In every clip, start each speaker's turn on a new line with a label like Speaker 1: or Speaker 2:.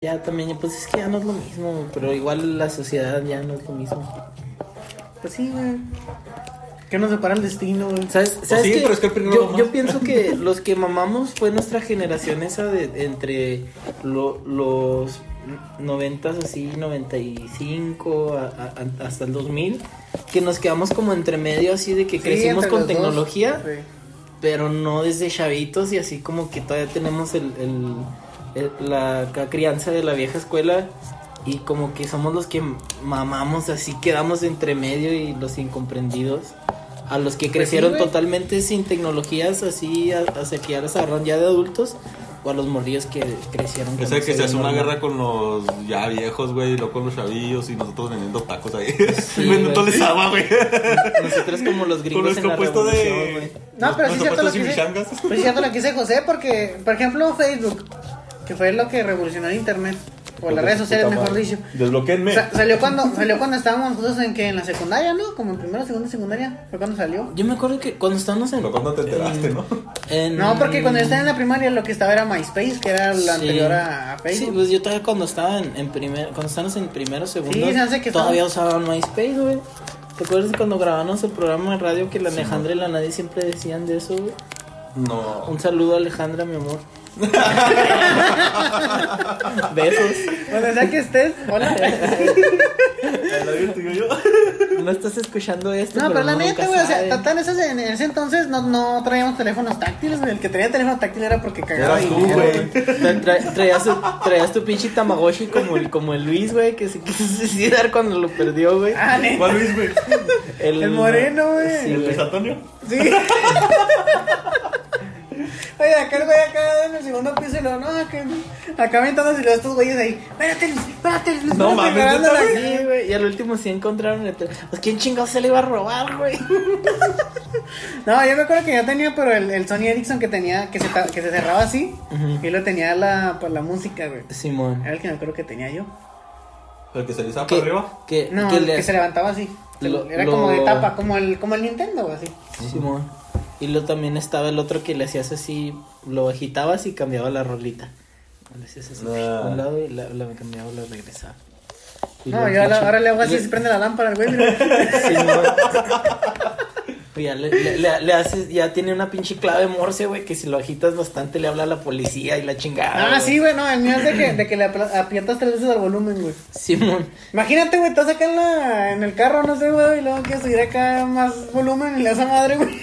Speaker 1: Ya también, pues es que ya no es lo mismo, pero igual la sociedad ya no es lo mismo. Pues sí, güey. ¿Qué nos separa el destino, güey? Pues ¿Sabes, sabes
Speaker 2: sí,
Speaker 1: qué?
Speaker 2: pero es que el primero
Speaker 1: yo,
Speaker 2: mamá.
Speaker 1: yo pienso que los que mamamos fue nuestra generación esa de entre lo- los noventas así, 95 a- a- a- hasta el 2000, que nos quedamos como entre medio así de que crecimos con tecnología pero no desde chavitos y así como que todavía tenemos el, el- el- la, ca- crianza de la vieja escuela y como que somos los que mamamos, así quedamos entre medio y los incomprendidos. A los que
Speaker 3: Pues sí,
Speaker 1: crecieron
Speaker 3: güey.
Speaker 1: totalmente sin tecnologías, así a- hasta que ya las agarraron ya de adultos, o a los morrillos que crecieron.
Speaker 2: Esa
Speaker 1: cuando
Speaker 2: que se
Speaker 1: era
Speaker 2: hace una
Speaker 1: normal.
Speaker 2: guerra con los ya viejos, güey, y luego con los chavillos y nosotros vendiendo tacos ahí.
Speaker 1: Sí,
Speaker 2: vendiendo
Speaker 1: güey.
Speaker 2: les agua, güey.
Speaker 1: Nosotros como los
Speaker 2: Con
Speaker 1: gringos
Speaker 2: los
Speaker 1: en la
Speaker 2: compuestos
Speaker 1: revolución,
Speaker 2: de.
Speaker 1: güey.
Speaker 3: No, pero sí es cierto lo que dice-
Speaker 2: chimichangas.
Speaker 3: Pues cierto lo que dice José, porque, por ejemplo, Facebook, que fue lo que revolucionó el internet, o
Speaker 2: Pues,
Speaker 3: las redes sociales, mejor dicho.
Speaker 2: Desbloquenme.
Speaker 3: Sa- salió cuando salió cuando estábamos nosotros en que en la secundaria, ¿no? Como en primero, segundo, secundaria, fue cuando salió.
Speaker 1: Yo me acuerdo que cuando estábamos en...
Speaker 2: Pero cuando te enteraste, ¿no?
Speaker 1: en-
Speaker 3: No, porque cuando yo estaba en la primaria lo que estaba era MySpace, que era
Speaker 1: Sí.
Speaker 3: la anterior a, a
Speaker 1: Sí,
Speaker 3: Facebook.
Speaker 1: pues yo todavía cuando estaba en, en primer, cuando estábamos en primero, segundo,
Speaker 3: Sí, se hace que
Speaker 1: todavía usaban MySpace, güey. ¿Te acuerdas cuando grabamos el programa de radio que la Alejandra y la Nadie siempre decían de eso, güey?
Speaker 2: No.
Speaker 1: Un saludo a Alejandra, mi amor. Besos.
Speaker 3: Donde sea que estés, hola.
Speaker 2: El labio tuyo yo.
Speaker 1: No estás escuchando esto.
Speaker 3: No, pero la
Speaker 1: uno
Speaker 3: neta,
Speaker 1: nunca
Speaker 3: güey, o sea,
Speaker 1: sabe.
Speaker 3: total, esas en, en ese entonces no, no traíamos teléfonos táctiles, güey. El que traía teléfono táctil era porque cagaba
Speaker 2: Eras tú,
Speaker 3: dinero,
Speaker 2: güey.
Speaker 1: Tra- tra- traías, tu- traías tu pinche Tamagotchi como el, como el Luis, güey, que se quiso suicidar cuando lo perdió, güey.
Speaker 3: Ah, neta.
Speaker 2: ¿Cuál Luis, güey?
Speaker 3: El moreno, güey.
Speaker 1: Sí,
Speaker 2: ¿El
Speaker 1: güey.
Speaker 2: Luis Antonio?
Speaker 3: Sí. Oye, acá el güey acá en el segundo piso y luego, no, acá, acá aventándose y luego estos güeyes ahí, espérate Luis, espérate Luis,
Speaker 2: No
Speaker 3: espérate",
Speaker 2: mames,
Speaker 3: agarrándola
Speaker 2: ¿neta,
Speaker 3: así.
Speaker 1: Sí, güey, y al último sí encontraron el teléfono. Pues quién chingado se le iba a robar, güey.
Speaker 3: No, yo me acuerdo que yo tenía, pero el, el Sony Ericsson que tenía, que se, ta- que se cerraba así,
Speaker 1: Ujú.
Speaker 3: y lo tenía la, pues, la música, güey.
Speaker 1: Simón.
Speaker 3: Era el que me acuerdo que tenía yo.
Speaker 2: ¿El que se le
Speaker 1: Que,
Speaker 2: para arriba?
Speaker 1: que,
Speaker 3: No,
Speaker 1: que
Speaker 3: el
Speaker 1: le-
Speaker 3: que se levantaba así. Se-
Speaker 1: Lo-
Speaker 3: Era
Speaker 1: lo-
Speaker 3: como de tapa, como el, como el Nintendo, güey, así.
Speaker 1: Simón. Y luego también estaba el otro que le hacías así, lo agitabas y cambiaba la rolita. Le hacías así,
Speaker 2: Ah.
Speaker 1: un lado y la, la cambiaba, la regresaba. Y
Speaker 3: No,
Speaker 1: luego
Speaker 3: yo ahora-
Speaker 1: pinche-
Speaker 3: ahora le hago así,
Speaker 1: le-
Speaker 3: se prende la lámpara, el güey. mira.
Speaker 1: Simón. Y Ya le, le- le- le haces, ya tiene una pinche clave morse, güey, que si lo agitas bastante le habla a la policía y la chingada.
Speaker 3: Ah, sí, güey, no, el mío es de que, de que le apla- aprietas tres veces al volumen, güey.
Speaker 1: Simón.
Speaker 3: Imagínate, güey, estás acá en, la, en el carro, no sé, güey, y luego quieres subir acá más volumen y le das a madre, güey.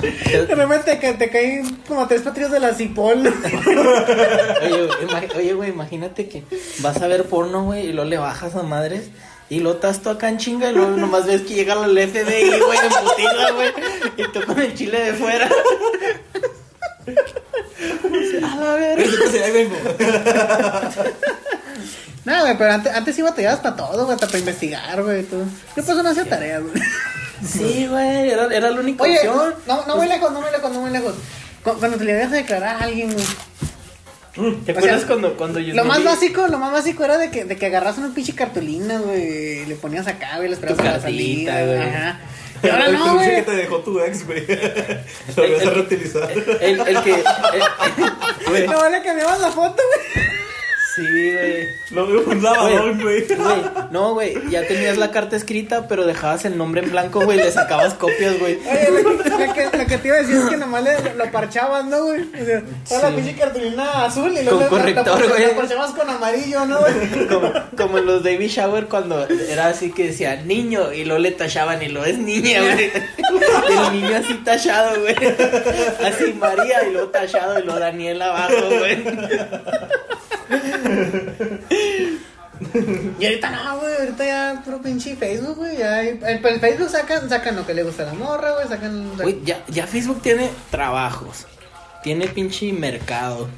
Speaker 3: De repente te, te caen como tres patrios de la cipol.
Speaker 1: Oye, güey, ima- Oye, güey, imagínate que vas a ver porno, güey, y luego le bajas a madres. Y lo estás tú acá en chinga y luego nomás ves que llega el FBI, güey, en putiza, güey. Y tú con el chile de fuera. A la verga.
Speaker 2: Yo pensé, ahí vengo.
Speaker 3: No, güey, pero antes, antes sí batallabas para todo, güey, hasta para investigar, güey, todo. Yo pues no hacía tareas, güey.
Speaker 1: Sí, güey, era, era la única
Speaker 3: Oye,
Speaker 1: opción.
Speaker 3: no, no muy lejos, no muy lejos, no muy lejos. Cu- Cuando te le ibas a declarar a alguien, güey.
Speaker 1: Pues, mm, ¿Te
Speaker 3: o
Speaker 1: acuerdas
Speaker 3: sea,
Speaker 1: cuando, cuando yo
Speaker 3: Lo más básico, lo más básico era de que, de que agarras una pinche cartulina, güey, y le ponías acá, güey, le esperabas
Speaker 1: Tu
Speaker 3: a la
Speaker 1: cartilita,
Speaker 3: salida,
Speaker 1: güey.
Speaker 3: Ajá. Y ahora
Speaker 2: El
Speaker 3: no,
Speaker 2: peluche que
Speaker 3: güey.
Speaker 2: te dejó tu ex, güey. Lo
Speaker 1: El-
Speaker 2: vas a
Speaker 1: el-
Speaker 2: reutilizar.
Speaker 1: El, el que. el- güey,
Speaker 3: No, le cambiabas la foto, güey.
Speaker 1: sí, güey.
Speaker 2: Lo veo un lavadón, güey.
Speaker 1: Güey, no, güey, ya tenías la carta escrita, pero dejabas el nombre en blanco, güey, y le sacabas copias, güey.
Speaker 3: Oye, lo que, lo que- lo que te iba a decir es que nomás le, lo parchabas, ¿no, güey? O sea, toda
Speaker 1: Sí.
Speaker 3: la pinche cartulina azul
Speaker 1: Con
Speaker 3: y luego la- la- la-
Speaker 1: corrector,
Speaker 3: la-
Speaker 1: güey.
Speaker 3: la parchabas con amarillo, ¿no, güey?
Speaker 1: Como, como en los baby shower cuando era así que decía niño y luego le tachaban y lo es niña, güey. El niño así tachado, güey. Así María y luego tachado y luego Daniel abajo, güey.
Speaker 3: Y ahorita no, güey, ahorita ya puro pinche Facebook, güey. Ya hay- el, el Facebook sacan, sacan lo que le gusta a la morra, güey, sacan...
Speaker 1: Güey, ya, ya Facebook tiene trabajos, tiene pinche mercado,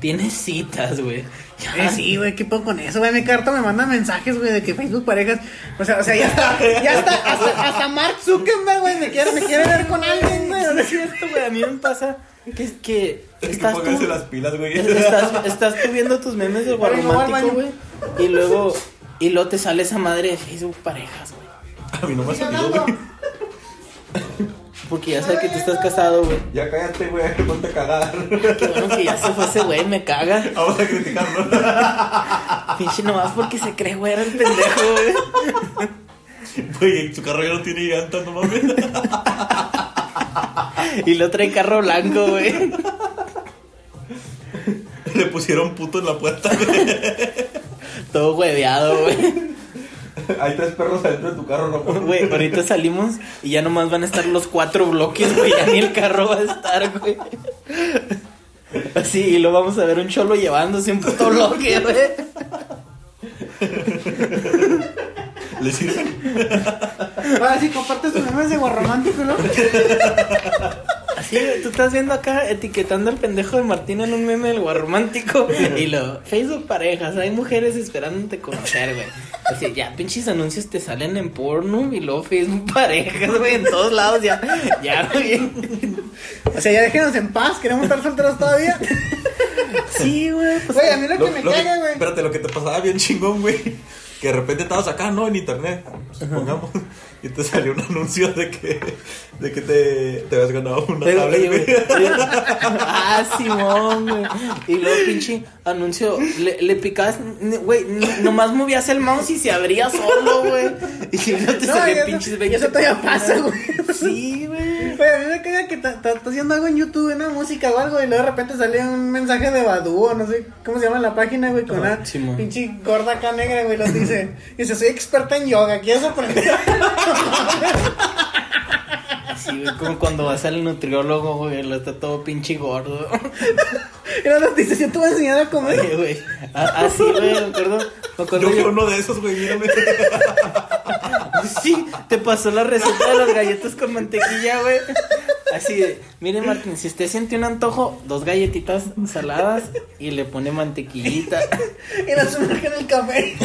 Speaker 1: tiene citas, güey. Ya-
Speaker 3: Eh, sí, güey, ¿qué puedo con eso? Güey, mi carta me manda mensajes, güey, de que Facebook parejas. O sea, o sea, ya está, ya está, hasta, hasta Mark Zuckerberg, güey, me quiere, me quiere ver con alguien, güey.
Speaker 1: No es cierto, güey. A mí me pasa que, que
Speaker 2: Es que
Speaker 1: estás
Speaker 2: pónganse
Speaker 1: tú-
Speaker 2: las pilas, güey.
Speaker 1: Estás, estás tú viendo tus memes del
Speaker 3: Para innovar,
Speaker 1: guarromántico, güey.
Speaker 3: baño.
Speaker 1: Y luego, y luego te sale esa madre de Facebook parejas, güey.
Speaker 2: A mí no me ha salido, güey.
Speaker 1: Porque ya sabe que tú estás casado, güey.
Speaker 2: Ya cállate, güey, que ponte a cagar.
Speaker 1: Qué bueno que ya se fue ese güey, me caga.
Speaker 2: Vamos a criticarlo.
Speaker 1: Pinche nomás porque se cree, güey, era el pendejo, güey.
Speaker 2: Güey, su carro ya no tiene llantas, no mames.
Speaker 1: Y lo trae carro blanco, güey.
Speaker 2: Le pusieron puto en la puerta, güey.
Speaker 1: Todo hueveado, güey.
Speaker 2: Hay tres perros adentro de tu carro, no
Speaker 1: Güey, ahorita salimos y ya nomás van a estar los cuatro bloques, güey. Ya ni el carro va a estar, güey. Así, y lo vamos a ver un cholo llevándose un puto bloque, güey.
Speaker 2: Le sirve.
Speaker 3: Ahora sí, comparte sus memes de guarromántico, ¿no?
Speaker 1: Así, güey, tú estás viendo acá etiquetando al pendejo de Martín en un meme del guarromántico. Y lo, Facebook parejas, hay mujeres esperándote conocer, güey. Así, ya pinches anuncios te salen en porno y luego Facebook parejas, güey, en todos lados, ya, ya, güey.
Speaker 3: O sea, ya déjenos en paz, queremos estar solteros todavía.
Speaker 1: Sí, güey, pues.
Speaker 3: Güey, a mí lo, que me caga, güey.
Speaker 2: Espérate, lo que te pasaba bien chingón, güey. Que de repente estabas acá, ¿no? En internet, pues, supongamos. Y te salió un anuncio de que, de que te, te habías ganado una
Speaker 1: Pero,
Speaker 2: tablet,
Speaker 1: oye,
Speaker 2: güey.
Speaker 1: güey, Ah, Simón, güey. Y luego, pinche anuncio, le, le picabas, n- güey, n- nomás movías el mouse y se abría solo, güey. Y no te
Speaker 3: No, y
Speaker 1: salían
Speaker 3: eso-
Speaker 1: pinches
Speaker 3: y eso todavía pasa, güey.
Speaker 1: Sí, güey.
Speaker 3: Güey, a mí me caga que ta- ta- estás haciendo algo en YouTube, una música o algo, y luego de repente sale un mensaje de Badu, o no sé cómo se llama la página, güey, con
Speaker 1: Ah,
Speaker 3: una
Speaker 1: Simón.
Speaker 3: pinche gorda acá negra, güey, los dice. Dice, soy experta en yoga, ¿quieres aprender?
Speaker 1: Así, güey, como cuando vas al nutriólogo, güey, lo está todo pinche gordo.
Speaker 3: Y luego nos dice, yo te voy a enseñar a comer.
Speaker 1: Oye, güey. a- Así, güey, me acuerdo. Me acuerdo
Speaker 2: Yo fui
Speaker 1: yo-
Speaker 2: uno de esos, güey, mírame.
Speaker 1: Sí, te pasó la receta de las galletas con mantequilla, güey. Así de, mire Martín, si usted siente un antojo, dos galletitas saladas y le pone mantequillita
Speaker 3: Y la sumerge en el café.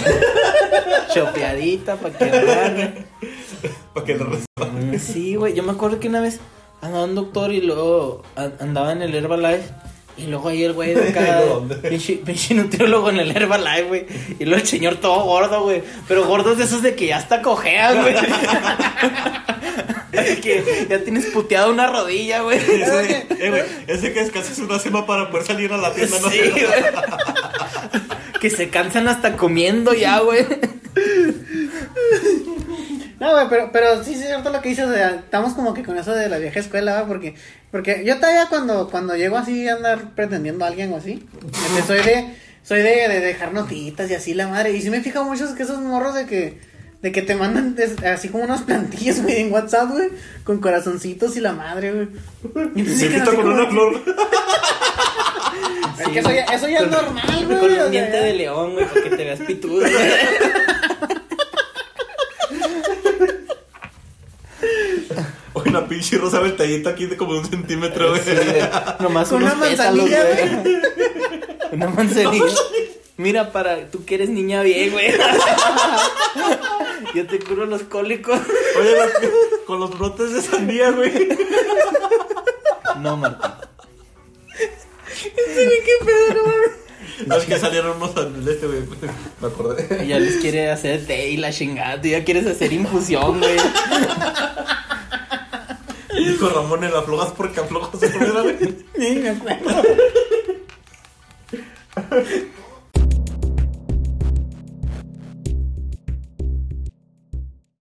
Speaker 1: chopeadita para que agarre.
Speaker 2: Para que lo res-
Speaker 1: Sí, güey, yo me acuerdo que una vez andaba un doctor y luego an- andaba en el Herbalife y luego ahí el güey de acá,
Speaker 2: ¿Y dónde?
Speaker 1: pinche pinche nutriólogo en el Herbalife, güey, y luego el señor todo gordo, güey, pero gordos de esos de que ya hasta cojean, güey. Así que ya tienes puteada una rodilla, güey.
Speaker 2: Ese, eh, güey, ese que descansas una semana para poder salir a la tienda, ¿no?
Speaker 1: Sí, güey. Que se cansan hasta comiendo ya, güey.
Speaker 3: No, güey, pero, pero sí, sí es cierto lo que dices, o sea, estamos como que con eso de la vieja escuela, ¿va? porque porque yo todavía cuando cuando llego así a andar pretendiendo a alguien o así, este, soy de soy de, de dejar notitas y así la madre, y sí me fijo mucho es que esos morros de que de que te mandan des- así como unas plantillas, güey, en WhatsApp, güey, con corazoncitos y la madre, güey. Y
Speaker 2: Se quita
Speaker 3: quedas así
Speaker 2: con
Speaker 3: como-
Speaker 2: una flor.
Speaker 3: Es que eso ya, eso ya es
Speaker 1: Con-
Speaker 3: normal, güey.
Speaker 1: Con
Speaker 3: o sea,
Speaker 1: un diente de león, güey, para que te veas pitudo, güey.
Speaker 2: Oye, una pinche rosa ventallita aquí de como un centímetro, güey.
Speaker 1: Nomás
Speaker 3: Con
Speaker 1: unos
Speaker 3: una
Speaker 1: pétalos,
Speaker 3: manzanilla,
Speaker 1: güey. Una manzanilla. Mira, para tú que eres niña bien, güey. Yo te curo los cólicos.
Speaker 2: Oye, la- con los brotes de sandía, güey.
Speaker 1: No, Martín.
Speaker 3: ¿Qué pedo, no mames?
Speaker 2: Es que salieron unos al este, güey. Me acordé.
Speaker 1: Ya les quiere hacer té y la chingada. Tú ya quieres hacer infusión, güey.
Speaker 2: Dijo Ramón, el aflojas porque aflojas se comida, güey.
Speaker 3: Ni me acuerdo.